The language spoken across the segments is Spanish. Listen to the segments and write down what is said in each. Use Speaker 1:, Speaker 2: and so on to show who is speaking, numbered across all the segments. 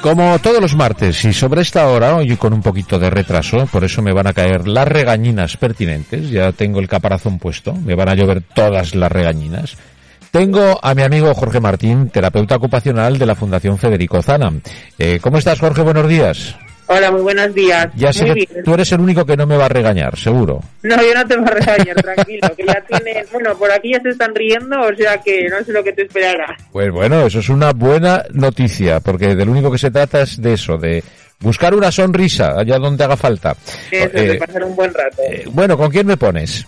Speaker 1: Como todos los martes y sobre esta hora, hoy con un poquito de retraso, por eso me van a caer las regañinas pertinentes, ya tengo el caparazón puesto, me van a llover todas las regañinas. Tengo a mi amigo Jorge Martín, terapeuta ocupacional de la Fundación Federico Zana. Eh, ¿Cómo estás, Jorge? Buenos días.
Speaker 2: Hola, muy buenos días.
Speaker 1: Ya sé
Speaker 2: Muy
Speaker 1: que
Speaker 2: bien.
Speaker 1: tú eres el único que no me va a regañar, seguro.
Speaker 2: No, yo no te voy a regañar, tranquilo, que ya tienen... Bueno, por aquí ya se están riendo, o sea que no sé lo que te esperará.
Speaker 1: Pues bueno, eso es una buena noticia, porque del único que se trata es de eso, de buscar una sonrisa allá donde haga falta.
Speaker 2: Eso,
Speaker 1: Eh,
Speaker 2: de pasar un buen rato.
Speaker 1: eh, bueno, ¿con quién me pones?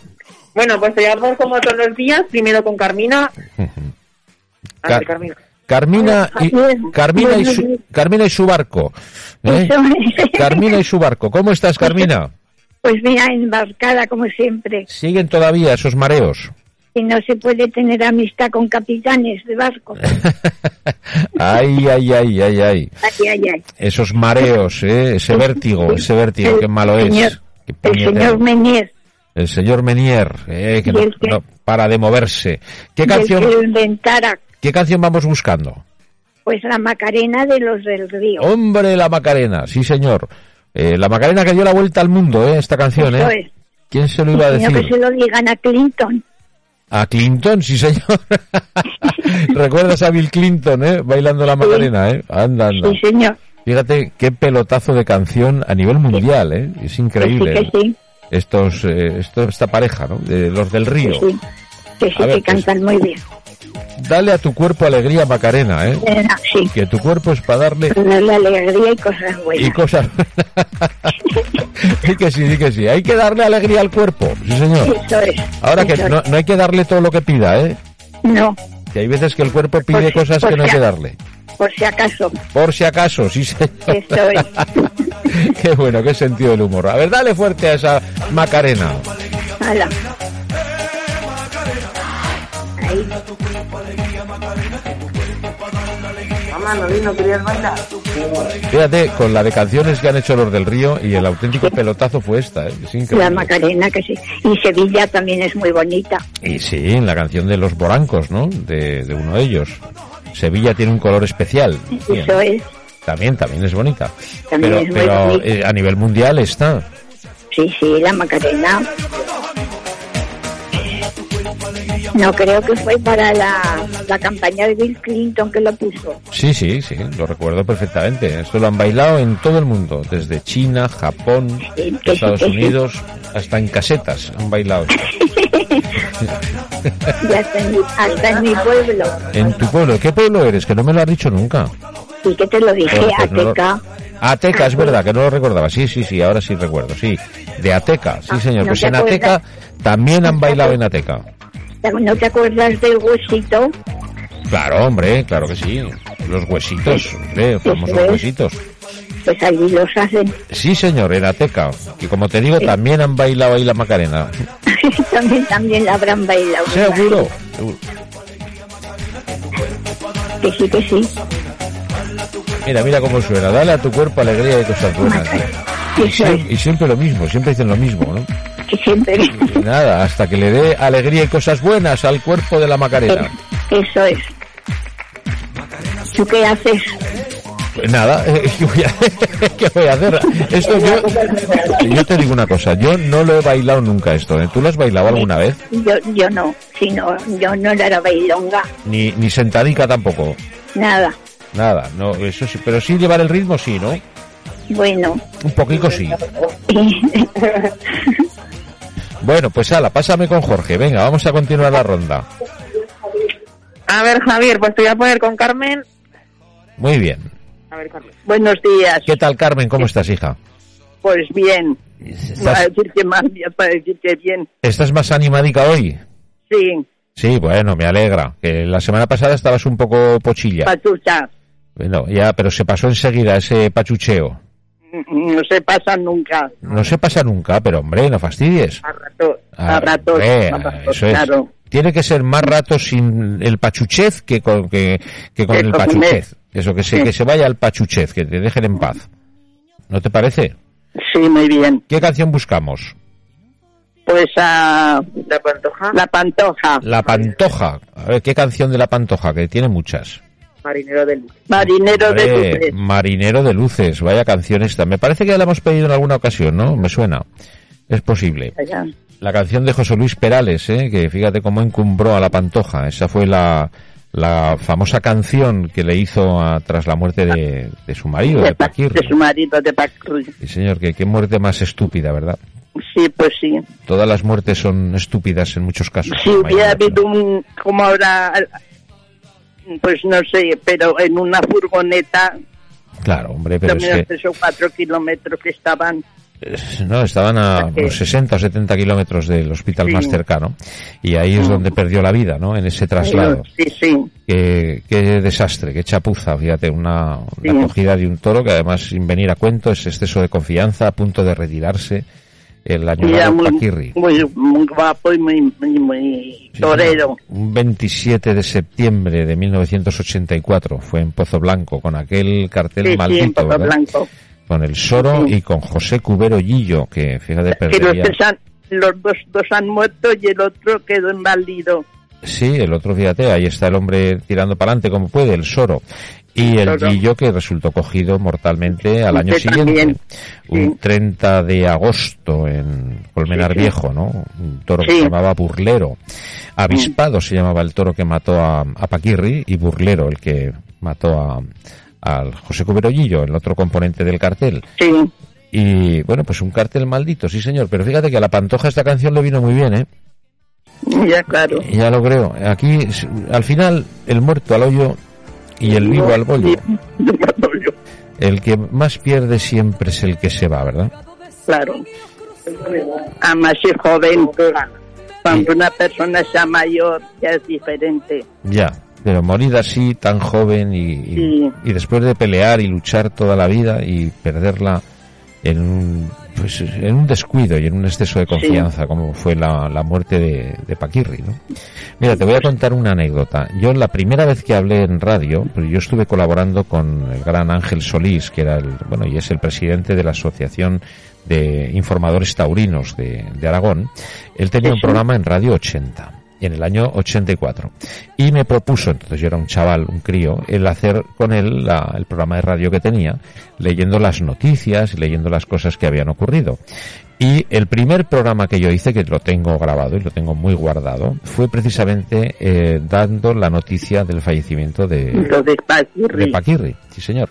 Speaker 2: Bueno, pues te llamo como todos los días, primero con Carmina.
Speaker 3: Ah,
Speaker 2: A ver,
Speaker 1: Car-
Speaker 2: Carmina.
Speaker 1: Carmina y,
Speaker 3: Bien.
Speaker 1: Carmina y, su, Carmina y su barco. ¿eh? Carmina y su barco. ¿Cómo estás, Carmina?
Speaker 3: Pues mira, embarcada como siempre.
Speaker 1: ¿Siguen todavía esos mareos?
Speaker 3: Y no se puede tener amistad con capitanes de barco.
Speaker 1: ay, ay, ay, ay, ay.
Speaker 3: Ay, ay, ay.
Speaker 1: Esos mareos, ¿eh? ese vértigo, ese vértigo, qué malo es.
Speaker 3: Señor,
Speaker 1: Qué
Speaker 3: El
Speaker 1: puñetero.
Speaker 3: señor Menier,
Speaker 1: El señor Menier, eh, que
Speaker 3: Y
Speaker 1: no,
Speaker 3: el que-
Speaker 1: no para de moverse. ¿Qué
Speaker 3: y el que lo
Speaker 1: canción,
Speaker 3: inventara,
Speaker 1: ¿Qué canción vamos buscando?
Speaker 3: pues la Macarena de los del Río.
Speaker 1: Hombre, la Macarena, sí señor. Eh, la Macarena que dio la vuelta al mundo, eh, esta canción.
Speaker 3: Eso
Speaker 1: Eh.
Speaker 3: es.
Speaker 1: ¿Quién se lo
Speaker 3: Y
Speaker 1: iba a
Speaker 3: señor,
Speaker 1: decir?
Speaker 3: que se lo digan a Clinton.
Speaker 1: A Clinton, sí señor. ¿Recuerdas a Bill Clinton, eh? Bailando la Macarena, eh? Anda, anda.
Speaker 3: Sí, señor.
Speaker 1: Fíjate qué pelotazo de canción a nivel mundial, eh. Es
Speaker 3: Que sí,
Speaker 1: increíble.
Speaker 3: que
Speaker 1: ¿no?
Speaker 3: sí.
Speaker 1: Estos, eh, esto- esta pareja, ¿no? De los del
Speaker 3: Que
Speaker 1: río.
Speaker 3: sí. Que sí,
Speaker 1: A ver,
Speaker 3: que
Speaker 1: pues-
Speaker 3: cantan muy bien.
Speaker 1: Dale a tu cuerpo alegría, Macarena, eh.
Speaker 3: Eh, no, sí.
Speaker 1: Que tu cuerpo es para darle
Speaker 3: Ponerle alegría y cosas
Speaker 1: y
Speaker 3: buenas.
Speaker 1: cosas. di que sí, di que sí. Hay que darle alegría al cuerpo, sí señor.
Speaker 3: Eso es.
Speaker 1: Ahora que
Speaker 3: eso
Speaker 1: no, no hay que darle todo lo que pida, ¿eh?
Speaker 3: es. No,
Speaker 1: Que hay veces que el cuerpo pide
Speaker 3: Pues-
Speaker 1: cosas
Speaker 3: pues
Speaker 1: que no hay
Speaker 3: ya.
Speaker 1: que darle.
Speaker 3: por si acaso.
Speaker 1: Por si acaso, sí señor.
Speaker 3: Eso es.
Speaker 1: qué bueno, qué sentido del humor. A ver, dale fuerte a esa Macarena.
Speaker 3: Hala. Ahí.
Speaker 2: Mamá, no vino, querías bailar.
Speaker 1: Fíjate, con la de canciones que han hecho los del río y el auténtico pelotazo fue esta, ¿eh? Es increíble.
Speaker 3: La Macarena, que sí. Y Sevilla también es muy bonita.
Speaker 1: Y sí, en la canción de los Borancos, ¿no? De, de uno de ellos. Sevilla tiene un color especial. Bien.
Speaker 3: Eso es.
Speaker 1: También, también es bonita.
Speaker 3: También
Speaker 1: pero
Speaker 3: es muy
Speaker 1: pero,
Speaker 3: bonita.
Speaker 1: eh, a nivel mundial está.
Speaker 3: Sí, sí, la Macarena. No, creo que fue para la, la campaña de Bill Clinton que lo puso.
Speaker 1: Sí, sí, sí, lo recuerdo perfectamente. Esto lo han bailado en todo el mundo, desde China, Japón,
Speaker 3: Sí, que sí,
Speaker 1: Estados
Speaker 3: que sí.
Speaker 1: Unidos, hasta en casetas han bailado.
Speaker 3: Y hasta en mi, hasta en mi pueblo.
Speaker 1: En tu pueblo, ¿qué pueblo eres? Que no me lo has dicho nunca.
Speaker 3: Y que te lo dije,
Speaker 1: Bueno, pues no lo-
Speaker 3: Ateca.
Speaker 1: Ateca, es verdad, que no lo recordaba. Sí, sí, sí, ahora sí recuerdo, sí. De Ateca, sí
Speaker 3: Ah,
Speaker 1: señor.
Speaker 3: ¿no
Speaker 1: Pues
Speaker 3: te
Speaker 1: en Ateca también han bailado en Ateca.
Speaker 3: ¿No te acuerdas del huesito?
Speaker 1: Claro, hombre, claro que sí. Los huesitos, hombre, famosos
Speaker 3: es.
Speaker 1: huesitos.
Speaker 3: Pues allí los hacen.
Speaker 1: Sí, señor, en Ateca. Que como te digo, también han bailado ahí la Macarena.
Speaker 3: también, también la habrán bailado.
Speaker 1: Seguro.
Speaker 3: Que sí, que sí.
Speaker 1: Mira, mira cómo suena. Dale a tu cuerpo alegría y cosas buenas. Y,
Speaker 3: Eso
Speaker 1: sie-
Speaker 3: es,
Speaker 1: y siempre lo mismo, siempre dicen lo mismo, ¿no?
Speaker 3: que siempre.
Speaker 1: Y nada, hasta que le dé alegría y cosas buenas al cuerpo de la Macarena.
Speaker 3: Eso es. ¿Tú qué haces?
Speaker 1: Pues nada, eh, ¿qué voy a, qué voy a hacer? Esto yo, yo te digo una cosa, yo no lo he bailado nunca esto. ¿eh? ¿Tú lo has bailado alguna vez?
Speaker 3: Yo, yo no, si no, yo no era bailonga,
Speaker 1: Ni, ni sentadica tampoco.
Speaker 3: nada.
Speaker 1: Nada, no, eso sí, pero sí llevar el ritmo, sí, ¿no?
Speaker 3: Bueno,
Speaker 1: Un poquito sí. Bueno, pues ala, pásame con Jorge. Venga, vamos a continuar la ronda.
Speaker 2: A ver, Javier, pues te voy a poner con Carmen.
Speaker 1: Muy bien.
Speaker 2: A ver, Carmen. Buenos días.
Speaker 1: ¿Qué tal, Carmen? ¿Cómo estás, hija?
Speaker 2: Pues bien.
Speaker 1: ¿Estás,
Speaker 2: decir que más días para decir que bien.
Speaker 1: estás más animadica hoy?
Speaker 2: Sí.
Speaker 1: Sí, bueno, me alegra. Que la semana pasada estabas un poco pochilla.
Speaker 4: Pachucha.
Speaker 1: Bueno, ya, pero se pasó enseguida ese pachucheo.
Speaker 4: No se pasa nunca.
Speaker 1: No se pasa nunca, pero hombre, no fastidies.
Speaker 4: A ratos. A, ratos.
Speaker 1: Eh,
Speaker 4: a ratos,
Speaker 1: eso es.
Speaker 4: claro.
Speaker 1: Tiene que ser más rato sin el pachuchez que con, que, que con
Speaker 4: Que
Speaker 1: el
Speaker 4: con el-
Speaker 1: pachuchez. Eso, que se, que se vaya al pachuchez, que te dejen en paz. ¿No te parece?
Speaker 4: Sí, muy bien.
Speaker 1: ¿Qué canción buscamos?
Speaker 4: Pues a
Speaker 2: ah, La pantoja,
Speaker 4: La Pantoja,
Speaker 1: La Pantoja. A ver, ¿qué canción de La Pantoja? Que tiene muchas.
Speaker 2: marinero de luz.
Speaker 4: Marinero de
Speaker 1: Hombre,
Speaker 4: Luces.
Speaker 1: Marinero de Luces, vaya canción esta. Me parece que ya la hemos pedido en alguna ocasión, ¿no? Me suena. Es posible.
Speaker 4: Allá.
Speaker 1: La canción de José Luis Perales, ¿eh? que fíjate cómo encumbró a la Pantoja. Esa fue la, la famosa canción que le hizo a- tras la muerte de, de su marido, de
Speaker 4: De, Pa-
Speaker 1: Paquirri.
Speaker 4: de su marido, de Paquirri.
Speaker 1: Sí, señor, que qué muerte más estúpida, ¿verdad?
Speaker 4: Sí, pues sí.
Speaker 1: Todas las muertes son estúpidas en muchos casos.
Speaker 4: Si hubiera
Speaker 1: Imagínate.
Speaker 4: habido un, como ahora, pues no sé, pero en una furgoneta,
Speaker 1: Claro, hombre, pero es
Speaker 4: también
Speaker 1: que...
Speaker 4: tres o cuatro kilómetros que estaban,
Speaker 1: No, estaban a
Speaker 4: Porque-
Speaker 1: unos 60 o 70 kilómetros del hospital
Speaker 4: Sí.
Speaker 1: más cercano y ahí es donde perdió la vida, ¿no? En ese traslado.
Speaker 4: sí, sí,
Speaker 1: Qué, qué desastre, qué chapuza, fíjate, una, una
Speaker 4: Sí.
Speaker 1: cogida de un toro que además sin venir a cuento es exceso de confianza, a punto de retirarse el
Speaker 4: y era
Speaker 1: añorado
Speaker 4: muy,
Speaker 1: Paquirri.
Speaker 4: muy, muy guapo y muy, muy, muy
Speaker 1: Sí, señor.
Speaker 4: torero.
Speaker 1: Un 27 de septiembre de 1984 fue en Pozo Blanco con aquel cartel
Speaker 4: Sí, sí, en
Speaker 1: maldito,
Speaker 4: Pozo
Speaker 1: ¿verdad?
Speaker 4: Blanco.
Speaker 1: Con el Soro
Speaker 4: Sí.
Speaker 1: y con José Cubero Gillo, que fíjate,
Speaker 4: Que los,
Speaker 1: perdería...
Speaker 4: tres han- los dos, dos han muerto y el otro quedó inválido.
Speaker 1: Sí, el otro, fíjate, ahí está el hombre tirando para adelante como puede, el Soro. Y el
Speaker 4: Soro.
Speaker 1: Guillo que resultó cogido mortalmente al año
Speaker 4: Usted
Speaker 1: siguiente,
Speaker 4: también.
Speaker 1: un
Speaker 4: Sí.
Speaker 1: 30 de agosto en Colmenar
Speaker 4: Sí, sí.
Speaker 1: Viejo, ¿no? Un toro que
Speaker 4: Sí. Mm.
Speaker 1: se llamaba Burlero. Avispado se llamaba el toro que mató a, a Paquirri y Burlero el que mató a, al José Cuberollillo, el otro componente del cartel.
Speaker 4: Sí,
Speaker 1: Y bueno, pues un cartel maldito, sí señor, pero fíjate que a la Pantoja esta canción le vino muy bien, ¿eh?
Speaker 4: ya claro.
Speaker 1: Ya lo creo. Aquí, s- al final, el muerto al hoyo y el vivo al bollo. El que más pierde siempre es el que se va, ¿verdad?
Speaker 4: Claro. Además es joven. Cuando una persona sea mayor ya es diferente.
Speaker 1: Ya. Pero morir así, tan joven y, y-
Speaker 4: Sí.
Speaker 1: y después de pelear y luchar toda la vida y perderla en un, pues, en un descuido y en un exceso de confianza, como fue la, la muerte de, de Paquirri, ¿no? Mira, te voy a contar una anécdota. Yo la primera vez que hablé en radio, pues yo estuve colaborando con el gran Ángel Solís, que era el, bueno, y es el presidente de la Asociación de Informadores Taurinos de, de Aragón. Él tenía un
Speaker 4: Ujú.
Speaker 1: programa en Radio 80 en el año 84 y me propuso entonces yo era un chaval un crío el hacer con él la- el programa de radio que tenía leyendo las noticias y leyendo las cosas que habían ocurrido y el primer programa que yo hice, que lo tengo grabado y lo tengo muy guardado, fue precisamente eh, dando la noticia del fallecimiento de,
Speaker 4: Lo de
Speaker 1: de
Speaker 4: Paquirri.
Speaker 1: Paquirri. Sí, señor.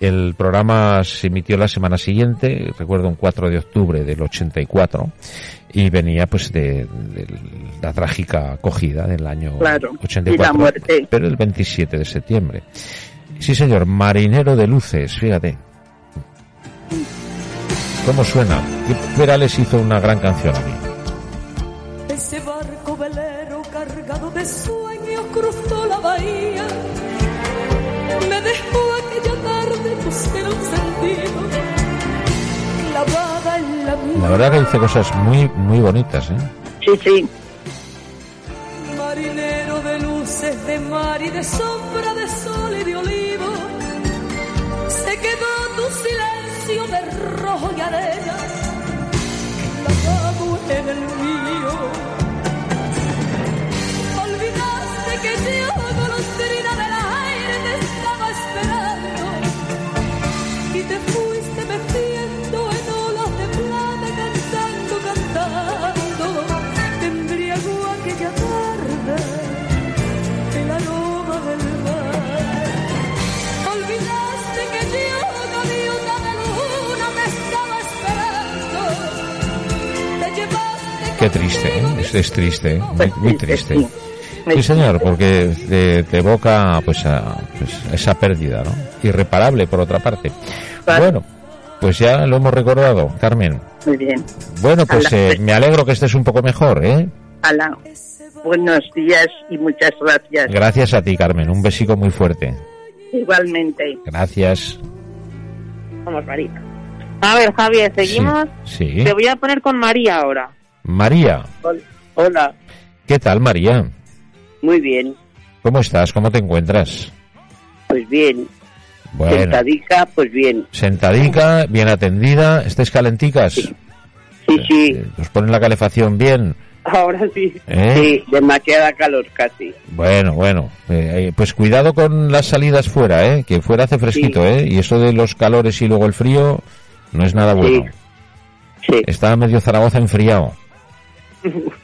Speaker 1: El programa se emitió la semana siguiente, recuerdo un 4 de octubre del 84, y venía pues de, de la trágica acogida del año
Speaker 4: Claro,
Speaker 1: 84.
Speaker 4: y la muerte.
Speaker 1: Pero el 27 de septiembre. Sí, señor, Marinero de Luces, fíjate. ¿Cómo suena? Perales hizo una gran canción a mí.
Speaker 5: Ese barco velero cargado de sueños cruzó la bahía. Me dejó aquella tarde tu cielo encendido, clavada en la mía.
Speaker 1: La verdad que hice cosas muy, muy bonitas, ¿eh?
Speaker 4: Sí, sí.
Speaker 5: Marinero de luces, de mar y de sombra, de sol y de olivo. Se quedó tu silencio de rojo y arena, clavado en el mío. Olvidaste que yo, golondrina del aire, te estaba esperando. Y te fuiste metiendo en olas de plata, cantando, cantando. Te embriagó aquella tarde el aroma del mar. Olvidaste que yo, gaviota de luna, te estaba esperando. Te llevaste
Speaker 1: Qué triste, ¿eh?
Speaker 5: contigo
Speaker 1: es, es triste, ¿eh? muy,
Speaker 4: Pues
Speaker 1: muy
Speaker 4: sí,
Speaker 1: triste.
Speaker 4: sí.
Speaker 1: Sí, señor, porque te, te evoca pues, a, pues, a esa pérdida, ¿no? Irreparable, por otra parte.
Speaker 4: Claro.
Speaker 1: Bueno, pues ya lo hemos recordado, Carmen.
Speaker 4: Muy bien.
Speaker 1: Bueno, pues
Speaker 4: Hola.
Speaker 1: eh, me alegro que estés un poco mejor, ¿eh?
Speaker 4: Ala, buenos días y muchas gracias.
Speaker 1: Gracias a ti, Carmen. Un besico muy fuerte.
Speaker 4: Igualmente.
Speaker 1: Gracias.
Speaker 2: Vamos, María. A ver, Javier, ¿seguimos?
Speaker 1: Sí.
Speaker 2: Te
Speaker 1: sí.
Speaker 2: voy a poner con María ahora.
Speaker 1: María,
Speaker 4: Hola,
Speaker 1: ¿qué tal, María?
Speaker 4: muy bien.
Speaker 1: ¿Cómo estás? ¿Cómo te encuentras?
Speaker 4: Pues bien.
Speaker 1: Bueno,
Speaker 4: Sentadica, pues bien.
Speaker 1: sentadica, bien atendida. ¿Estáis calenticas?
Speaker 4: Sí, sí.
Speaker 1: Eh, ¿Os ponen la calefacción bien?
Speaker 2: Ahora sí.
Speaker 1: ¿Eh?
Speaker 4: Sí, demasiada calor casi.
Speaker 1: Bueno, bueno, eh, eh, pues cuidado con las salidas fuera, ¿eh? que fuera hace fresquito, ¿eh? y eso de los calores y luego el frío no es nada bueno.
Speaker 4: Sí,
Speaker 1: Está medio Zaragoza enfriado.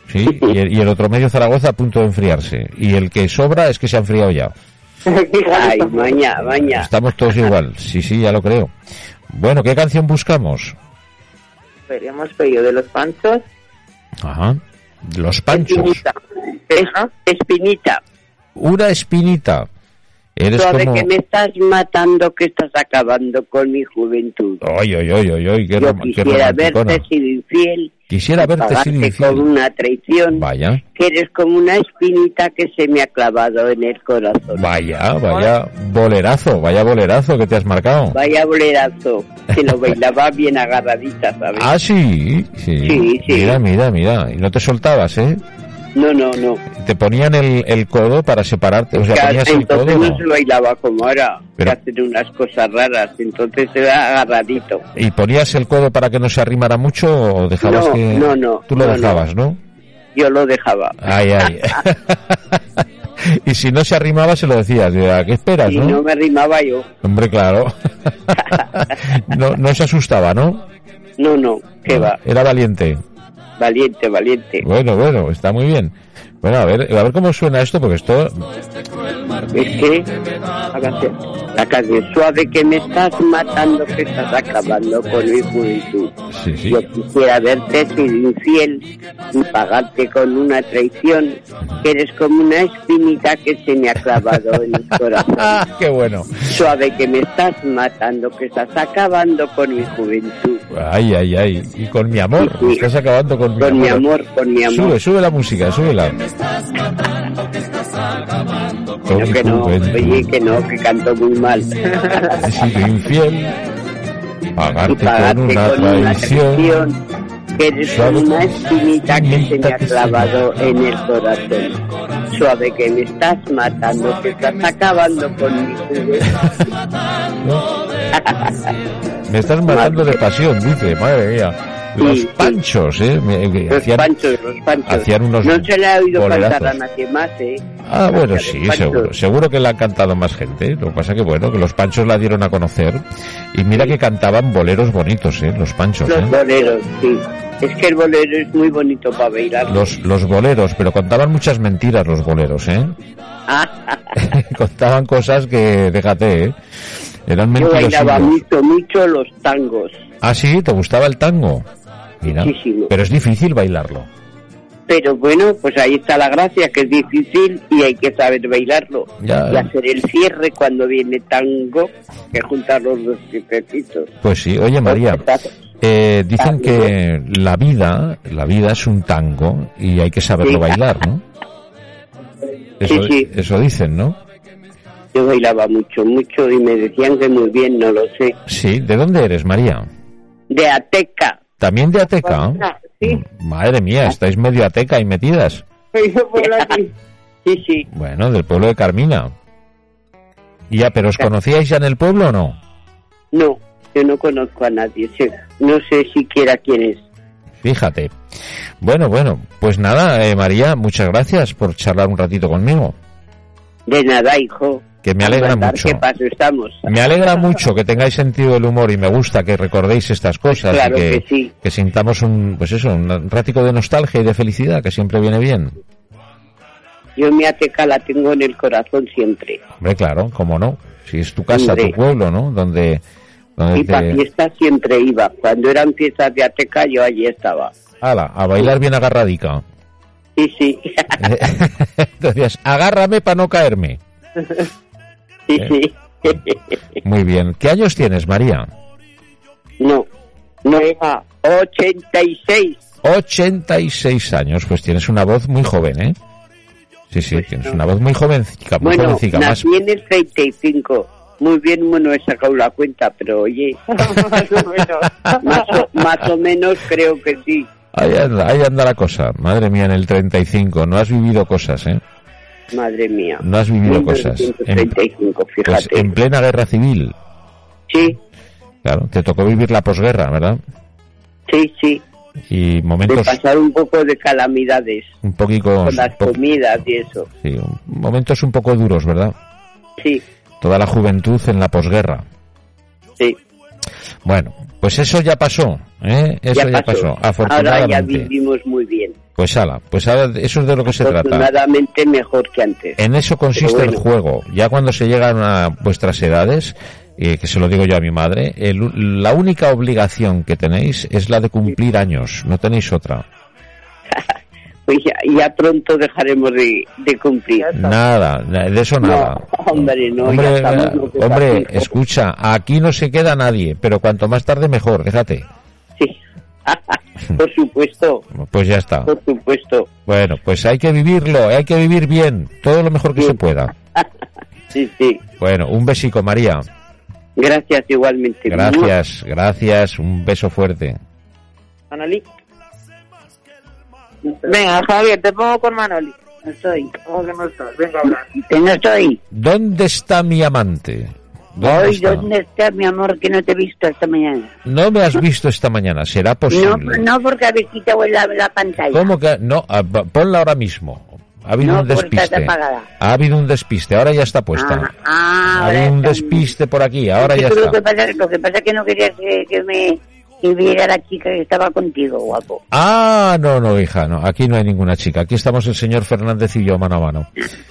Speaker 1: Sí, y el, y el otro medio Zaragoza a punto de enfriarse. Y el que sobra es que se ha enfriado ya.
Speaker 4: ay, maña, maña.
Speaker 1: Estamos todos igual, sí, sí, ya lo creo. Bueno, ¿qué canción buscamos?
Speaker 2: Hemos pedido de los panchos.
Speaker 1: Ajá. Los Panchos.
Speaker 4: Es- espinita,
Speaker 1: Una espinita. Eres
Speaker 4: suave
Speaker 1: como...
Speaker 4: que me estás matando, que estás acabando con mi juventud.
Speaker 1: Ay, ay, ay, ay, ay, qué,
Speaker 4: Yo
Speaker 1: rom- qué
Speaker 4: quisiera
Speaker 1: romanticona.
Speaker 4: verte sido infiel,
Speaker 1: Quisiera verte
Speaker 4: pagarte
Speaker 1: sin
Speaker 4: con
Speaker 1: infiel.
Speaker 4: una traición,
Speaker 1: Vaya.
Speaker 4: que eres como una espinita que se me ha clavado en el corazón.
Speaker 1: Vaya, vaya bolerazo, vaya bolerazo que te has marcado.
Speaker 4: Vaya bolerazo, que lo bailaba bien agarradita, ¿sabes?
Speaker 1: Ah, sí, sí.
Speaker 4: Sí, sí.
Speaker 1: Mira, mira, mira. Y no te soltabas, ¿eh?
Speaker 4: No, no, no.
Speaker 1: Te ponían el, el codo para separarte. O sea,
Speaker 4: Que
Speaker 1: ponías el
Speaker 4: entonces
Speaker 1: codo.
Speaker 4: no se bailaba como ahora,
Speaker 1: Pero-
Speaker 4: que hacen unas cosas raras, entonces era agarradito.
Speaker 1: ¿Y ponías el codo para que no se arrimara mucho o dejabas
Speaker 4: No,
Speaker 1: que.?
Speaker 4: no, no,
Speaker 1: Tú lo
Speaker 4: no, no.
Speaker 1: dejabas, ¿no?
Speaker 4: Yo lo dejaba.
Speaker 1: Ay, ay. y si no se arrimaba, se lo decías. Digo, ¿A qué esperas,
Speaker 4: Y no me rimaba yo.
Speaker 1: Hombre, claro. no, no se asustaba, ¿no?
Speaker 4: No, no, que va.
Speaker 1: Era valiente.
Speaker 4: Valiente, valiente.
Speaker 1: Ah. Bueno, bueno, está muy bien. Bueno, a ver, a ver cómo suena esto, porque esto.
Speaker 4: Es que hágase- la canción suave que me estás matando, que estás acabando con mi juventud.
Speaker 1: Sí, sí.
Speaker 4: Yo quisiera verte sido infiel y pagarte con una traición. Que eres como una espinita que se me ha clavado en el corazón.
Speaker 1: Ah, qué bueno.
Speaker 4: Suave que me estás matando, que estás acabando con mi juventud.
Speaker 1: Ay, ay, ay. Y con mi amor.
Speaker 4: Sí.
Speaker 1: Estás acabando con mi
Speaker 4: Con mi
Speaker 1: amor.
Speaker 4: amor, con mi amor.
Speaker 1: Sube, sube la música, súbela.
Speaker 4: Pero que no,
Speaker 1: Con tu
Speaker 4: oye, que no, que canto muy mal.
Speaker 1: He sido infiel.
Speaker 4: y
Speaker 1: Pagarte con
Speaker 4: pagarte
Speaker 1: una
Speaker 4: con una
Speaker 1: traición.
Speaker 4: traición que eres como una espinita que se me ha clavado en el corazón. Suave que me estás matando, que estás acabando con mi juventud.
Speaker 1: ¿no? Me estás matando de pasión, dice. Madre mía. Los
Speaker 4: Sí, sí.
Speaker 1: panchos, ¿eh? Me- me
Speaker 4: Los
Speaker 1: hacían-
Speaker 4: panchos, los panchos.
Speaker 1: hacían unos
Speaker 4: no se le ha oído
Speaker 1: bolerazos.
Speaker 4: cantar a nadie más, ¿eh?
Speaker 1: Ah, bueno,
Speaker 4: Los
Speaker 1: sí,
Speaker 4: panchos.
Speaker 1: seguro. Seguro que la han cantado más gente. ¿eh? Lo que pasa que, bueno, que los panchos la dieron a conocer. Y mira que cantaban boleros bonitos, ¿eh? Los panchos,
Speaker 4: Los
Speaker 1: ¿eh?
Speaker 4: boleros, sí. Es que el bolero es muy bonito para bailar.
Speaker 1: Los, los boleros, pero contaban muchas mentiras los boleros, ¿eh?
Speaker 4: Ah,
Speaker 1: contaban cosas que, déjate, ¿eh? Eran
Speaker 4: Yo bailaba
Speaker 1: mentirosos.
Speaker 4: mucho, mucho los tangos.
Speaker 1: Ah, sí, ¿te gustaba el tango? Mira,
Speaker 4: Muchísimo.
Speaker 1: pero es difícil bailarlo.
Speaker 4: Pero bueno, pues ahí está la gracia, que es difícil y hay que saber bailarlo.
Speaker 1: Ya.
Speaker 4: Y hacer el cierre cuando viene tango, que juntar los dos piecitos.
Speaker 1: Pues sí, oye María, eh, dicen que la vida, la vida es un tango y hay que saberlo
Speaker 4: Sí.
Speaker 1: bailar, ¿no? Eso,
Speaker 4: sí.
Speaker 1: eso dicen, ¿no?
Speaker 4: Yo bailaba mucho, mucho y me decían que muy bien, no lo sé.
Speaker 1: Sí, ¿de dónde eres, María?
Speaker 4: De Ateca.
Speaker 1: ¿También de
Speaker 4: Pues
Speaker 1: Ateca? Mm,
Speaker 2: Otra, sí.
Speaker 1: Madre mía, estáis medio Ateca y metidas.
Speaker 2: Yo por aquí.
Speaker 4: Sí, sí.
Speaker 1: Bueno, del pueblo de Carmina. Ya, pero ¿os conocíais ya en el pueblo o no?
Speaker 4: No, yo no conozco a nadie. sí. No sé siquiera quién es.
Speaker 1: Fíjate. Bueno, bueno, pues nada, eh, María, muchas gracias por charlar un ratito conmigo,
Speaker 4: De nada, hijo.
Speaker 1: que me alegra
Speaker 4: Andar,
Speaker 1: mucho.
Speaker 4: ¿Qué paso estamos?
Speaker 1: Me alegra mucho que tengáis sentido del humor y me gusta que recordéis estas cosas
Speaker 4: Claro
Speaker 1: y que,
Speaker 4: que sí.
Speaker 1: que sintamos un, pues eso, un ratico de nostalgia y de felicidad que siempre viene bien.
Speaker 4: Yo mi Ateca la tengo en el corazón siempre.
Speaker 1: Hombre, claro, cómo no. Si es tu casa,
Speaker 4: Hombre.
Speaker 1: tu pueblo, ¿no? Donde, donde
Speaker 4: Y para
Speaker 1: te-
Speaker 4: fiestas siempre iba. Cuando eran fiestas de Ateca, yo allí estaba.
Speaker 1: Ala, a bailar bien agarradica.
Speaker 4: Sí, sí,
Speaker 1: Entonces, agárrame para no caerme.
Speaker 4: sí, sí.
Speaker 1: Muy bien. ¿Qué años tienes, María?
Speaker 4: No, no, hija, 86.
Speaker 1: 86 años, pues tienes una voz muy joven, ¿eh? Sí, sí, tienes una voz muy jovencica, muy
Speaker 4: Bueno,
Speaker 1: jovencica, más,
Speaker 4: nací en el 35. Muy bien, bueno, he sacado la cuenta, pero oye,
Speaker 2: Más o menos.
Speaker 4: más o, más o menos creo que sí.
Speaker 1: Ahí anda, ahí anda la cosa. Madre mía, en el 35. No has vivido cosas, ¿eh?
Speaker 4: Madre mía.
Speaker 1: No has vivido cosas. En,
Speaker 4: 1935,
Speaker 1: pues,
Speaker 4: fíjate.
Speaker 1: en plena guerra civil.
Speaker 4: Sí,
Speaker 1: Claro, te tocó vivir la posguerra, ¿verdad?
Speaker 4: sí, sí.
Speaker 1: Y
Speaker 4: De
Speaker 1: momentos
Speaker 4: pasar un poco de calamidades
Speaker 1: un poquito...
Speaker 4: con las
Speaker 1: po-
Speaker 4: comidas y eso.
Speaker 1: sí, un- momentos un poco duros, ¿verdad?
Speaker 4: Sí,
Speaker 1: Toda la juventud en la posguerra.
Speaker 4: sí.
Speaker 1: Bueno, pues eso ya pasó, ¿eh? Eso ya, pasó.
Speaker 4: Ahora ya
Speaker 1: afortunadamente.
Speaker 4: vivimos muy bien.
Speaker 1: pues ala, pues ahora de- eso es de lo que se trata. Eh.
Speaker 4: Afortunadamente mejor que antes.
Speaker 1: En eso consiste
Speaker 4: Pero
Speaker 1: el
Speaker 4: bueno.
Speaker 1: juego. Ya cuando se llegan a vuestras edades, eh, que se lo digo yo a mi madre, el- la única obligación que tenéis es la de cumplir años, no tenéis otra.
Speaker 4: Pues ya, ya pronto dejaremos de, de cumplir.
Speaker 1: Nada, na- de eso
Speaker 4: No,
Speaker 1: nada.
Speaker 4: hombre, no, ya
Speaker 1: hombre,
Speaker 4: estamos
Speaker 1: eh,
Speaker 4: lo que
Speaker 1: hombre,
Speaker 4: estamos.
Speaker 1: escucha, aquí no se queda nadie, pero cuanto más tarde mejor, déjate.
Speaker 4: Sí. por supuesto,
Speaker 1: Pues ya está.
Speaker 4: por supuesto.
Speaker 1: Bueno, pues hay que vivirlo, hay que vivir bien, todo lo mejor que se pueda.
Speaker 4: Sí, sí.
Speaker 1: Bueno, un besico, María.
Speaker 4: Gracias igualmente.
Speaker 1: Gracias, gracias, un beso fuerte.
Speaker 2: Manoli. Venga, Javier, te pongo con Manoli.
Speaker 4: No estoy.
Speaker 2: ¿Cómo que no estás? Venga a hablar.
Speaker 4: Que no estoy.
Speaker 1: ¿Dónde está mi amante? ¿Dónde
Speaker 4: Hoy,
Speaker 1: está?
Speaker 4: ¿dónde está mi amor? Que no te he visto esta mañana.
Speaker 1: No me has visto esta mañana, será
Speaker 4: No,
Speaker 1: posible.
Speaker 4: no porque habéis quitado la, la pantalla.
Speaker 1: ¿Cómo que no? Ah, pa- Ponla ahora mismo. Ha habido
Speaker 4: No,
Speaker 1: un
Speaker 4: porque está
Speaker 1: despiste.
Speaker 4: apagada.
Speaker 1: Ha habido un despiste, ahora ya está puesta.
Speaker 4: Ah, ah,
Speaker 1: ha
Speaker 4: ahora
Speaker 1: habido un
Speaker 4: está.
Speaker 1: despiste por aquí, ahora
Speaker 4: Sí,
Speaker 1: ya
Speaker 4: pero Lo que,
Speaker 1: está.
Speaker 4: pasa, lo que pasa es que no quería que, que me que viera la chica que estaba contigo, guapo.
Speaker 1: Ah, no, no, hija, no, aquí no hay ninguna chica. Aquí estamos el señor Fernández y yo mano a mano.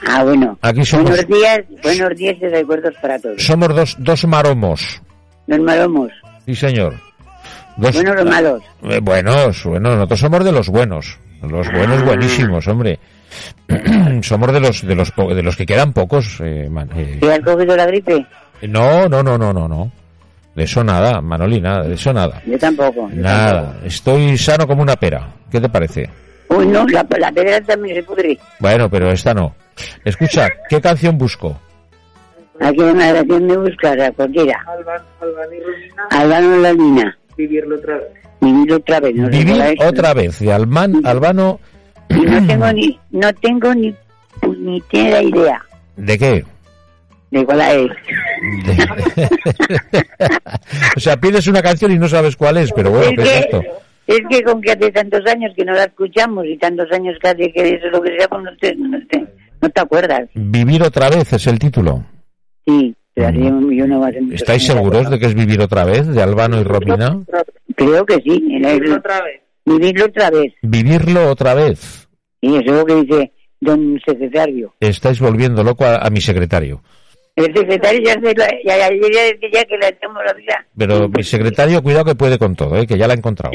Speaker 4: Ah, bueno.
Speaker 1: Aquí somos-
Speaker 4: Buenos días, buenos días y recuerdos para todos.
Speaker 1: Somos dos, dos maromos.
Speaker 4: Los malomos,
Speaker 1: Sí, señor. Dos-
Speaker 4: buenos los malos.
Speaker 1: Eh, buenos, buenos. Nosotros somos de los buenos. Los buenos, buenísimos, hombre. somos de los, de los, po- de los que quedan pocos. eh, man- eh.
Speaker 4: ¿Te has cogido la gripe?
Speaker 1: No, no, no, no, no, no. De eso nada, Manoli, nada, de eso nada.
Speaker 4: Yo tampoco. yo
Speaker 1: Nada. Estoy sano como una pera. ¿Qué te parece?
Speaker 4: tampoco. Uy, no, la, la pedra también se pudre.
Speaker 1: Bueno, pero esta no. Escucha, ¿qué canción busco?
Speaker 4: Aquí en la gracia me buscas a cualquiera.
Speaker 2: Alban, Alban y Romina,
Speaker 4: Álvaro la niña.
Speaker 2: vivirlo otra vez.
Speaker 4: Vivir otra vez. ¿no?
Speaker 1: Vivir
Speaker 4: Recuerda eso.
Speaker 1: otra vez, de Alman, Albano.
Speaker 4: Y no tengo ni, no tengo ni, ni la idea
Speaker 1: ¿De qué?
Speaker 4: de cuál es.
Speaker 1: De- o sea, pides una canción y no sabes cuál es, pero bueno,
Speaker 4: es,
Speaker 1: perfecto.
Speaker 4: que, es que con que hace tantos años que no la escuchamos y tantos años que hace que eso es lo que sea, pues no te, no te, no te acuerdas.
Speaker 1: Vivir otra vez es el título.
Speaker 4: Sí, pero hace un millón o más de muchos
Speaker 1: Mm. ¿Estáis
Speaker 4: años,
Speaker 1: seguros
Speaker 4: ¿no?
Speaker 1: de que es Vivir otra vez de Albano y Romina?
Speaker 4: Creo que sí. era el-
Speaker 2: Vivirlo otra vez.
Speaker 4: vivirlo otra vez.
Speaker 1: Vivirlo otra vez.
Speaker 4: Y eso es lo que dice don secretario.
Speaker 1: Estáis volviendo loco a, a mi secretario.
Speaker 4: El secretario ya, se la- ya, ya, ya decía que le hacemos la vida.
Speaker 1: Pero mi secretario, cuidado que puede con todo, ¿eh? que ya la he encontrado.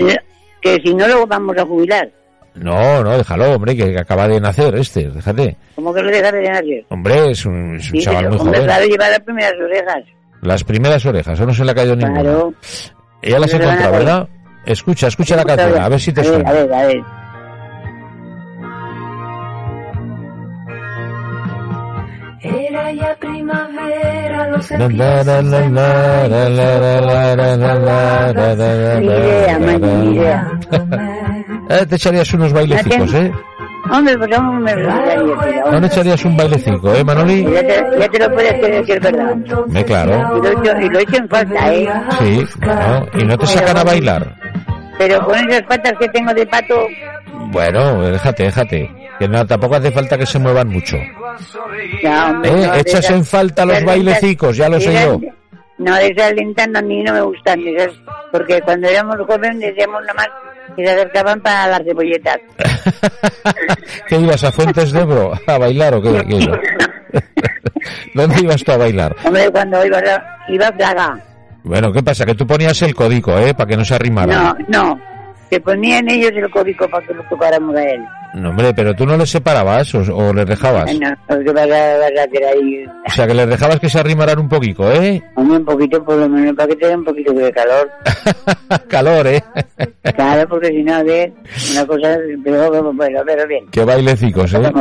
Speaker 4: Que si no, lo vamos a jubilar.
Speaker 1: No, no, déjalo, hombre, que acaba de nacer este, déjate.
Speaker 4: Como que lo dejas de nadie.
Speaker 1: Hombre, es un, es un
Speaker 4: Sí,
Speaker 1: chaval
Speaker 4: pero
Speaker 1: muy
Speaker 4: con
Speaker 1: joven.
Speaker 4: verdad lleva las primeras orejas.
Speaker 1: Las primeras orejas, aún no se le ha caído ninguna.
Speaker 4: Claro.
Speaker 1: Ella las ha
Speaker 4: Pero van a
Speaker 1: encontrado,
Speaker 4: caer.
Speaker 1: ¿verdad? Escucha, escucha la
Speaker 4: Otra
Speaker 1: canción,
Speaker 4: vez.
Speaker 1: a ver si te
Speaker 4: a ver, a
Speaker 1: suena.
Speaker 4: ver, a ver.
Speaker 5: Era ya primavera, los
Speaker 1: La, la, la, la, la, la, la, la, la, la, la, la, la,
Speaker 4: Ni idea,
Speaker 1: la,
Speaker 4: man, ni
Speaker 1: la.
Speaker 4: idea.
Speaker 1: Eh, te echarías unos bailecitos, ¿eh?
Speaker 4: Hombre, pues vamos a ver.
Speaker 1: No le echarías un bailecico, ¿eh, Manoli?
Speaker 4: Ya te, ya te lo puedes creer que es verdad.
Speaker 1: Me claro.
Speaker 4: Y lo, he hecho, y lo he hecho en falta, ¿eh?
Speaker 5: Ah,
Speaker 1: Sí,
Speaker 5: pues
Speaker 1: bueno, y no te sacan a bailar.
Speaker 4: Pero con esas patas que tengo de pato,
Speaker 1: Bueno, eh, déjate, déjate. Que no, tampoco hace falta que se muevan mucho.
Speaker 4: ya, hombre.
Speaker 1: Eh,
Speaker 4: no, de
Speaker 1: echas
Speaker 4: esas-
Speaker 1: en falta los
Speaker 4: de esas-
Speaker 1: bailecicos, ya lo sé
Speaker 4: de esas-
Speaker 1: yo.
Speaker 4: No, de esas linternas a mí no me gustan, de esas, porque cuando éramos jóvenes decíamos nomás que se acercaban para las cebolletas.
Speaker 1: ¿Qué ibas a Fuentes de Ebro a bailar o qué? qué iba? ¿Dónde ibas tú a bailar?
Speaker 4: Hombre, cuando iba, a- iba a Plaga.
Speaker 1: Bueno, ¿qué pasa? Que tú ponías el código, ¿eh? Para que no se arrimara.
Speaker 4: No, no. Se ponían ellos el código para que lo tocáramos a él.
Speaker 1: No, hombre, pero tú no les separabas o, o les dejabas.
Speaker 4: Ah, No, lo que pasa pasa que era ahí.
Speaker 1: O sea, que les dejabas que se arrimaran un poquito, ¿eh?
Speaker 4: Hombre, un poquito, por lo menos, para que te dé un poquito de calor.
Speaker 1: Calor, ¿eh?
Speaker 4: Claro, porque si no, a ver, una cosa, pero bueno, pero bien.
Speaker 1: Qué bailecicos, ¿eh?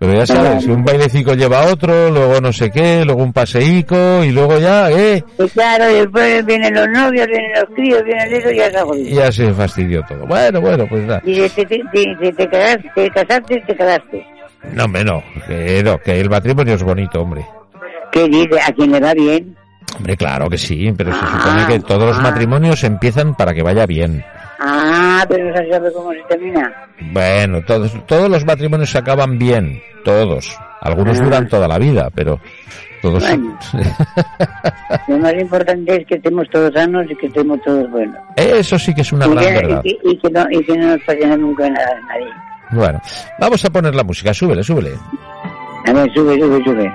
Speaker 1: Pero ya sabes, un bailecico lleva a otro, luego no sé qué, luego un paseico y luego ya, ¿eh?
Speaker 4: Pues claro, después vienen los novios, vienen los críos, vienen eso y ya se ha jodido.
Speaker 1: Ya se fastidió todo. Bueno, bueno, pues nada.
Speaker 4: Dice, te, te, te, te, te casaste, te casaste, te casaste.
Speaker 1: No, hombre, no. Que, no, que el matrimonio es bonito, hombre.
Speaker 4: ¿Qué dice? ¿A quien le va bien?
Speaker 1: Hombre, claro que sí, pero se supone que todos los matrimonios empiezan para que vaya bien.
Speaker 4: Ah, pero no se sabe cómo se termina.
Speaker 1: Bueno, todos, todos los matrimonios se acaban bien, todos. Algunos duran toda la vida, pero todos...
Speaker 4: Bueno. Lo más importante es que estemos todos sanos y que estemos todos buenos.
Speaker 1: Eh, Eso sí que es una
Speaker 4: y,
Speaker 1: gran
Speaker 4: que,
Speaker 1: verdad.
Speaker 4: y que- y que no, y que no nos pase nunca nada a nadie.
Speaker 1: Bueno, vamos a poner la música, súbele, súbele.
Speaker 4: A ver, sube, sube, sube.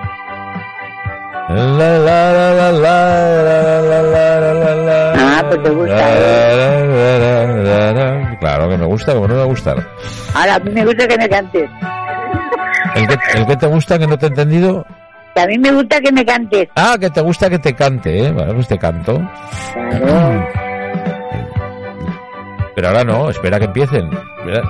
Speaker 1: La, la, la, la, la, la, la, la, la, la, la.
Speaker 4: Ah, pues te gusta,
Speaker 1: La,
Speaker 4: ¿eh?
Speaker 1: la, la, la, la, la. Claro que me gusta, como no me va a gustar.
Speaker 4: Ahora, a mí me gusta que me cantes.
Speaker 1: ¿El que, el que te gusta que no te he entendido?
Speaker 4: Que a mí me gusta que me cantes.
Speaker 1: Ah, que te gusta que te cante, ¿eh? Bueno, pues te canto.
Speaker 4: Claro.
Speaker 1: Pero ahora no, espera que empiecen. Espera.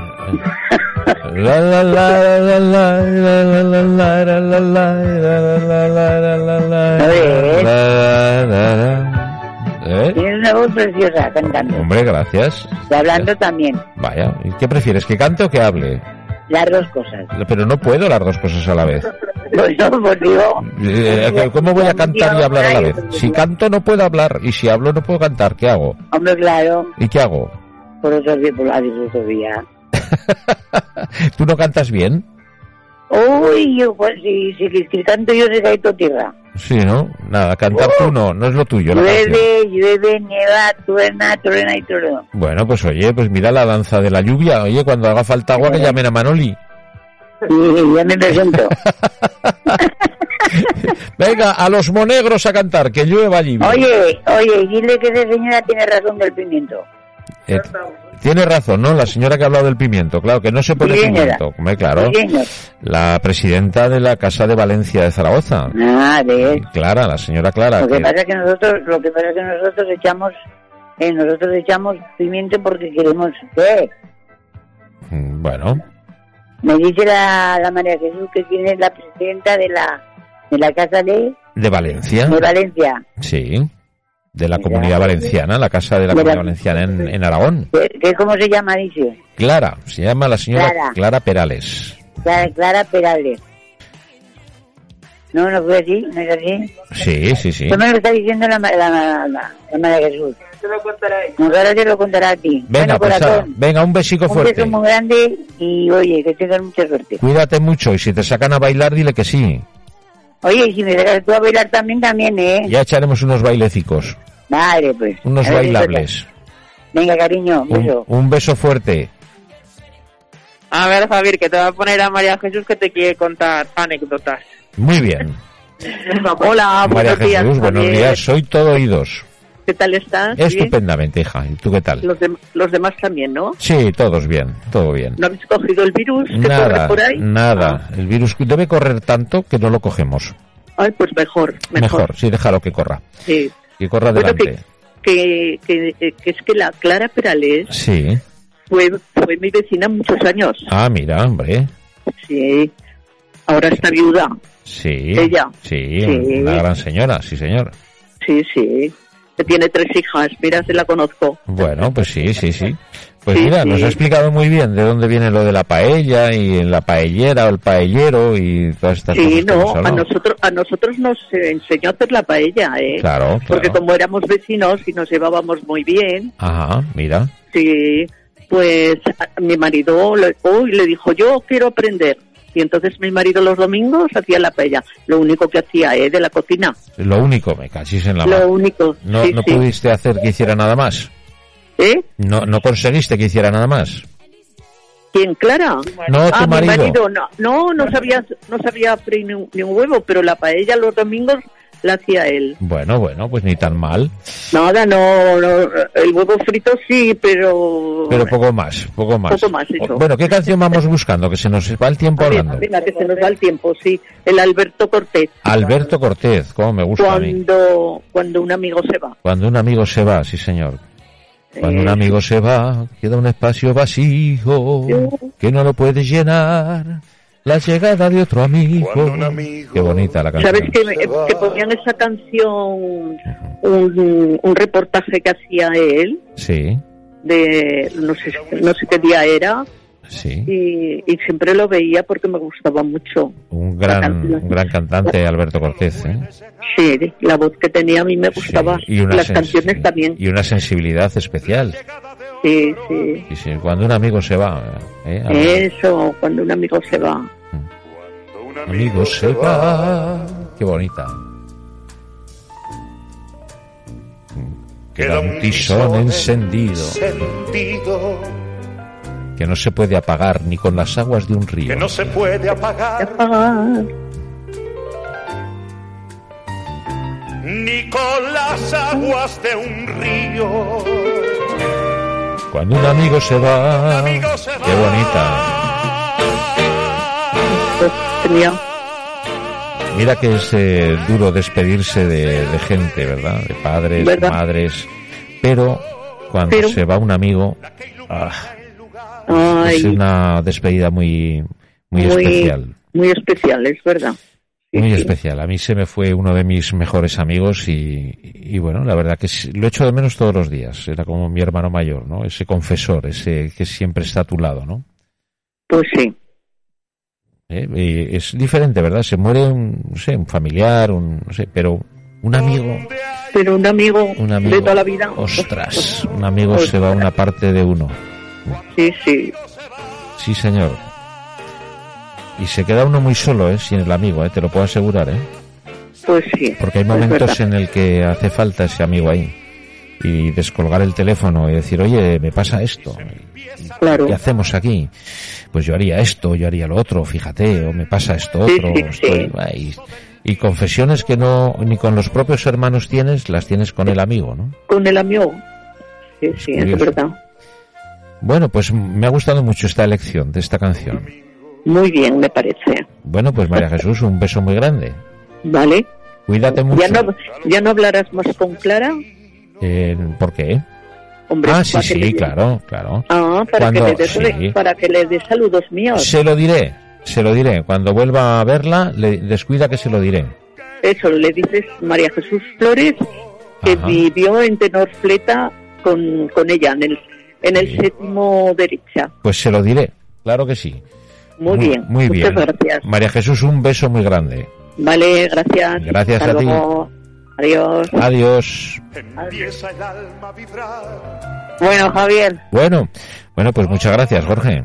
Speaker 1: La, la, la, la, la, la, la, la, la, la, la, la, la, la, la, la, la, la,
Speaker 4: A ver.
Speaker 1: la, la, la. ¿Eh?
Speaker 4: Tienes una voz preciosa cantando.
Speaker 1: Hombre, gracias.
Speaker 4: Y hablando también.
Speaker 1: Vaya, ¿y qué prefieres, que cante o que hable?
Speaker 4: Las dos cosas.
Speaker 1: Pero no puedo las dos cosas a la vez.
Speaker 4: Los dos, pues digo.
Speaker 1: Eh, ¿Cómo voy a cantar y hablar a la vez? Si canto no puedo hablar y si hablo no puedo cantar, ¿qué hago?
Speaker 4: Hombre, claro.
Speaker 1: ¿Y qué hago?
Speaker 4: Por otro día, por la filosofía.
Speaker 1: ¿Tú no cantas bien?
Speaker 4: Uy, yo, pues, si, si, si, canto yo, se cae toda tierra.
Speaker 1: Sí, ¿no? Nada, cantar tú no, no es lo tuyo. la canción.
Speaker 4: Llueve, llueve, nieva, truena, truena y trueno.
Speaker 1: Bueno, pues oye, pues mira la danza de la lluvia. Oye, cuando haga falta agua que llamen a Manoli.
Speaker 4: Y ya me presento.
Speaker 1: Venga, a los monegros a cantar, que llueva lluvia.
Speaker 4: Oye, oye, dile que esa señora tiene razón del pimiento.
Speaker 1: Eh, tiene razón, ¿no? La señora que ha hablado del pimiento, claro, que no se pone
Speaker 4: Sí, señora.
Speaker 1: pimiento. Hombre, claro.
Speaker 4: Sí, señor.
Speaker 1: La presidenta de la Casa de Valencia de Zaragoza.
Speaker 4: Ah, de
Speaker 1: Clara, la señora Clara.
Speaker 4: Lo que
Speaker 1: que-
Speaker 4: pasa es que nosotros, lo que pasa es que nosotros echamos, eh, nosotros echamos pimiento porque queremos. ¿Qué?
Speaker 1: Mm, Bueno,
Speaker 4: Me dice la, la María Jesús que quién es la presidenta de la de la casa de,
Speaker 1: de Valencia.
Speaker 4: de Valencia,
Speaker 1: Sí. De la
Speaker 4: Mira.
Speaker 1: comunidad valenciana, la Casa de la
Speaker 4: De la-
Speaker 1: Comunidad Valenciana en, en Aragón.
Speaker 4: que, que cómo se llama dice,
Speaker 1: Clara, se llama la señora Clara,
Speaker 4: Clara.
Speaker 1: Perales.
Speaker 4: Clara, Clara Perales. No, no fue así, no es así.
Speaker 1: Sí, sí, sí.
Speaker 4: Eso me lo está diciendo la, ma- la, la, la- la María Jesús.
Speaker 2: Te lo contará ella.
Speaker 4: No, ahora te lo contará a ti.
Speaker 1: Venga,
Speaker 4: Bueno,
Speaker 1: pues Sara,
Speaker 4: corazón,
Speaker 1: venga, un besico
Speaker 4: un
Speaker 1: fuerte.
Speaker 4: beso muy grande y oye, que tengas mucha suerte.
Speaker 1: Cuídate mucho y si te sacan a bailar, dile que sí.
Speaker 4: Oye, y si me dejas tú a bailar también, también, ¿eh?
Speaker 1: Ya echaremos unos bailecicos,
Speaker 4: Vale, pues.
Speaker 1: unos
Speaker 4: A ver,
Speaker 1: bailables.
Speaker 4: Venga, cariño, un
Speaker 1: Un,
Speaker 4: beso.
Speaker 1: un beso fuerte.
Speaker 2: A ver, Javier, que te va a poner a María Jesús que te quiere contar anécdotas.
Speaker 1: Muy bien.
Speaker 4: Ah,
Speaker 2: Hola,
Speaker 1: pues, María
Speaker 2: buenos días.
Speaker 1: Jesús, buenos
Speaker 2: Javier.
Speaker 1: días. Soy todo oídos.
Speaker 2: ¿Qué tal
Speaker 4: Ah,
Speaker 2: estás? Bien.
Speaker 1: Estupendamente, hija. ¿Y tú qué tal?
Speaker 2: Los, dem- los demás también, ¿no?
Speaker 1: Sí, todos bien, todo bien.
Speaker 2: ¿No habéis cogido el virus que corre
Speaker 1: Nada, Mm.
Speaker 2: por ahí? Ah.
Speaker 1: nada. El virus debe correr tanto que no lo cogemos.
Speaker 2: Ay, pues mejor, mejor.
Speaker 1: Mejor, sí, déjalo que corra.
Speaker 2: Sí.
Speaker 1: Que corra
Speaker 2: Bueno,
Speaker 1: adelante.
Speaker 2: Que, que, eh, que es que la Clara Perales
Speaker 1: Sí.
Speaker 2: fue, fue mi vecina muchos años.
Speaker 1: Ah, mira, hombre.
Speaker 2: Sí. Ahora está viuda.
Speaker 1: Sí.
Speaker 2: Ella.
Speaker 1: Sí,
Speaker 2: Sí.
Speaker 1: una gran señora, sí, señor.
Speaker 2: Sí, sí. Que tiene tres hijas. Mira, se la conozco.
Speaker 1: Bueno, pues sí, sí, sí. Pues
Speaker 2: Sí,
Speaker 1: mira,
Speaker 2: sí.
Speaker 1: nos ha explicado muy bien de dónde viene lo de la paella y la paellera o el paellero y todas estas cosas.
Speaker 2: Sí,
Speaker 1: que hemos
Speaker 2: no, a
Speaker 1: hablado.
Speaker 2: nosotros, a nosotros nos eh, enseñó a hacer la paella, ¿eh?
Speaker 1: Claro,
Speaker 2: Porque
Speaker 1: claro.
Speaker 2: como éramos vecinos y nos llevábamos muy bien,
Speaker 1: Ajá, mira.
Speaker 2: sí, pues a- mi marido le, uy, le dijo, yo quiero aprender. Y entonces mi marido los domingos hacía la paella, lo único que hacía, ¿eh? De la cocina,
Speaker 1: Lo único, me cachis en la
Speaker 2: lo
Speaker 1: mano.
Speaker 2: único.
Speaker 1: No,
Speaker 2: sí,
Speaker 1: no
Speaker 2: sí.
Speaker 1: pudiste hacer que hiciera nada más.
Speaker 2: ¿Eh?
Speaker 1: No, no conseguiste que hiciera nada más.
Speaker 2: ¿Quién, Clara?
Speaker 1: No, tu
Speaker 2: ah,
Speaker 1: marido.
Speaker 2: mi marido, no, no, no sabía, no sabía freír ni un, ni un huevo, pero la paella los domingos la hacía él.
Speaker 1: Bueno, bueno, pues ni tan mal.
Speaker 2: Nada, no, no, el huevo frito sí, pero...
Speaker 1: Pero poco más, poco más.
Speaker 2: Poco más, eso.
Speaker 1: Bueno, ¿qué canción vamos buscando? Que se nos va el tiempo
Speaker 2: A ver,
Speaker 1: hablando.
Speaker 2: a ver, a que se nos da el tiempo, sí. El Alberto Cortés.
Speaker 1: Alberto Cortés, cómo me gusta a mí.
Speaker 2: Cuando, cuando un amigo se va.
Speaker 1: Cuando un amigo se va, sí señor. Cuando un
Speaker 2: Eh,
Speaker 1: amigo se va, queda un espacio vacío que no lo puede llenar. La llegada de otro amigo.
Speaker 6: Cuando un amigo-
Speaker 1: Qué bonita la canción.
Speaker 2: ¿Sabes que, me- que ponían esa canción, un, un reportaje que hacía él,
Speaker 1: Sí,
Speaker 2: de no sé, no sé qué día era,
Speaker 1: sí.
Speaker 2: y, y siempre lo veía porque me gustaba mucho.
Speaker 1: Un gran,
Speaker 2: canción.
Speaker 1: un gran cantante, Alberto Cortés. ¿eh?
Speaker 2: Sí, la voz que tenía a mí me
Speaker 1: Sí,
Speaker 2: gustaba.
Speaker 1: y una
Speaker 2: Las
Speaker 1: sensi-
Speaker 2: canciones también.
Speaker 1: Y una sensibilidad especial.
Speaker 2: Sí, sí.
Speaker 1: Sí, sí, Cuando un amigo se va. ¿eh?
Speaker 2: Eso, cuando un amigo se va.
Speaker 1: Amigo se va. Qué bonita. Queda un tizón encendido
Speaker 6: Sentido
Speaker 1: que no se puede apagar ni con las aguas de un
Speaker 6: que
Speaker 1: río.
Speaker 6: no se puede apagar
Speaker 2: Ah,
Speaker 6: ni con las aguas de un río.
Speaker 1: Cuando un amigo se va.
Speaker 6: Amigo se va.
Speaker 1: Ah, Qué bonita.
Speaker 2: pues tenía.
Speaker 1: Mira que es eh, duro despedirse de, de gente, ¿verdad? De padres,
Speaker 2: ¿Verdad?
Speaker 1: de madres. Pero cuando
Speaker 2: Pero-
Speaker 1: se va un amigo, ah, es
Speaker 2: Ay,
Speaker 1: una despedida muy, muy, especial.
Speaker 2: muy especial, es verdad. Sí,
Speaker 1: Muy
Speaker 2: sí.
Speaker 1: especial. A mí se me fue uno de mis mejores amigos y, y bueno, la verdad que sí, lo echo de menos todos los días. Era como mi hermano mayor, ¿no? Ese confesor, ese que siempre está a tu lado, ¿no?
Speaker 2: Pues sí,
Speaker 1: ¿Eh? Y es diferente, ¿verdad? Se muere un, no sé, un familiar, un, no sé, pero un amigo,
Speaker 2: pero un amigo,
Speaker 1: un amigo.
Speaker 2: de toda la vida.
Speaker 1: Ostras, un amigo se va a una parte de uno.
Speaker 2: pues Sí, sí.
Speaker 1: Sí, señor. Y se queda uno muy solo, ¿eh? Sin el amigo, ¿eh? Te lo puedo asegurar, ¿eh?
Speaker 2: Pues sí.
Speaker 1: Porque hay
Speaker 2: es
Speaker 1: momentos
Speaker 2: verdad.
Speaker 1: en el que hace falta ese amigo ahí. Y descolgar el teléfono y decir, oye, me pasa esto.
Speaker 2: Claro.
Speaker 1: ¿Qué hacemos aquí? Pues yo haría esto, yo haría lo otro, fíjate, o me pasa esto
Speaker 2: Sí,
Speaker 1: otro.
Speaker 2: sí, sí.
Speaker 1: estoy- ay. Y confesiones que no ni con los propios hermanos tienes, las tienes con el amigo, ¿no?
Speaker 2: Con el amigo. Sí, sí, es
Speaker 1: Pues curioso.
Speaker 2: verdad.
Speaker 1: Bueno, pues me ha gustado mucho esta elección de esta canción.
Speaker 2: Muy bien, me parece.
Speaker 1: Bueno, pues María Jesús, un beso muy grande.
Speaker 2: ¿Vale?
Speaker 1: Cuídate mucho.
Speaker 2: ¿Ya no, pues- ¿Ya no hablarás más con Clara?
Speaker 1: Eh, ¿Por qué?
Speaker 2: Hombre,
Speaker 1: Ah, sí,
Speaker 2: para que le
Speaker 1: sí,
Speaker 2: dé-
Speaker 1: claro, claro.
Speaker 2: Ah, para que,
Speaker 1: Cuando-
Speaker 2: le dé,
Speaker 1: sí.
Speaker 2: para que le dé saludos míos.
Speaker 1: Se lo diré, se lo diré. Cuando vuelva a verla, le descuida que se lo diré.
Speaker 2: Eso, le dices María Jesús Flores, que
Speaker 1: Ajá.
Speaker 2: vivió en tenor fleta con, con ella, en el, en el
Speaker 1: Sí.
Speaker 2: séptimo derecha.
Speaker 1: Pues se lo diré, claro que sí.
Speaker 2: Muy, bien.
Speaker 1: Muy bien.
Speaker 2: Muchas gracias.
Speaker 1: María Jesús, un beso muy grande.
Speaker 2: Vale, gracias.
Speaker 1: Gracias
Speaker 2: Hasta
Speaker 1: a ti.
Speaker 2: luego. Adiós.
Speaker 1: Adiós.
Speaker 6: Empieza el alma a vibrar.
Speaker 4: Bueno, Javier,
Speaker 1: Bueno, bueno, pues muchas gracias, Jorge.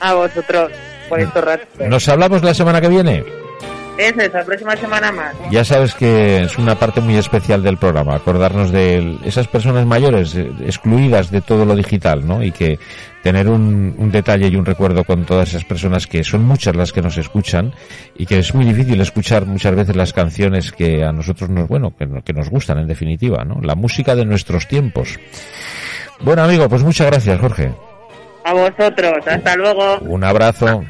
Speaker 4: a vosotros por estos ratos.
Speaker 1: Nos hablamos la semana que viene.
Speaker 4: Eso es, la próxima semana más.
Speaker 1: Ya sabes que es una parte muy especial del programa, acordarnos de esas personas mayores eh, excluidas de todo lo digital, ¿no? Y que tener un, un detalle y un recuerdo con todas esas personas que son muchas las que nos escuchan y que es muy difícil escuchar muchas veces las canciones que a nosotros nos, bueno, que, no- que nos gustan en definitiva, ¿no? La música de nuestros tiempos. Bueno, amigo, pues muchas gracias, Jorge.
Speaker 4: A vosotros, hasta luego.
Speaker 1: Un abrazo.